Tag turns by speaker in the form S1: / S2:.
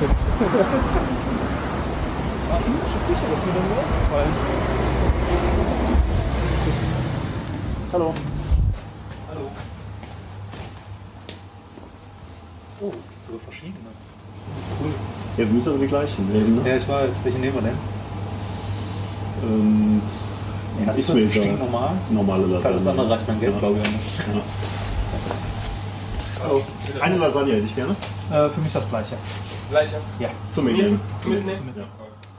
S1: jetzt. ah, indische Küche, das ist mir dann nur aufgefallen. Hallo. Hallo. Oh, gibt sogar verschiedene. Cool.
S2: Ja, wir müssen aber die gleichen nehmen, ne?
S1: Ja, ich weiß. Welche nehmen wir denn?
S2: Ähm,
S1: Hast
S2: ist
S1: du
S2: mir
S1: ein
S2: egal.
S1: stinknormal?
S2: Normale
S1: Weil
S2: Lasagne.
S1: das andere reicht mein Geld,
S2: Ja.
S1: glaube ich. nicht.
S3: Hallo.
S2: Eine Lasagne hätte ich gerne.
S1: Äh, für mich das gleiche.
S3: Gleiche.
S1: Ja.
S2: Zum Mitnehmen.
S3: Zum Mitnehmen?
S2: Ja.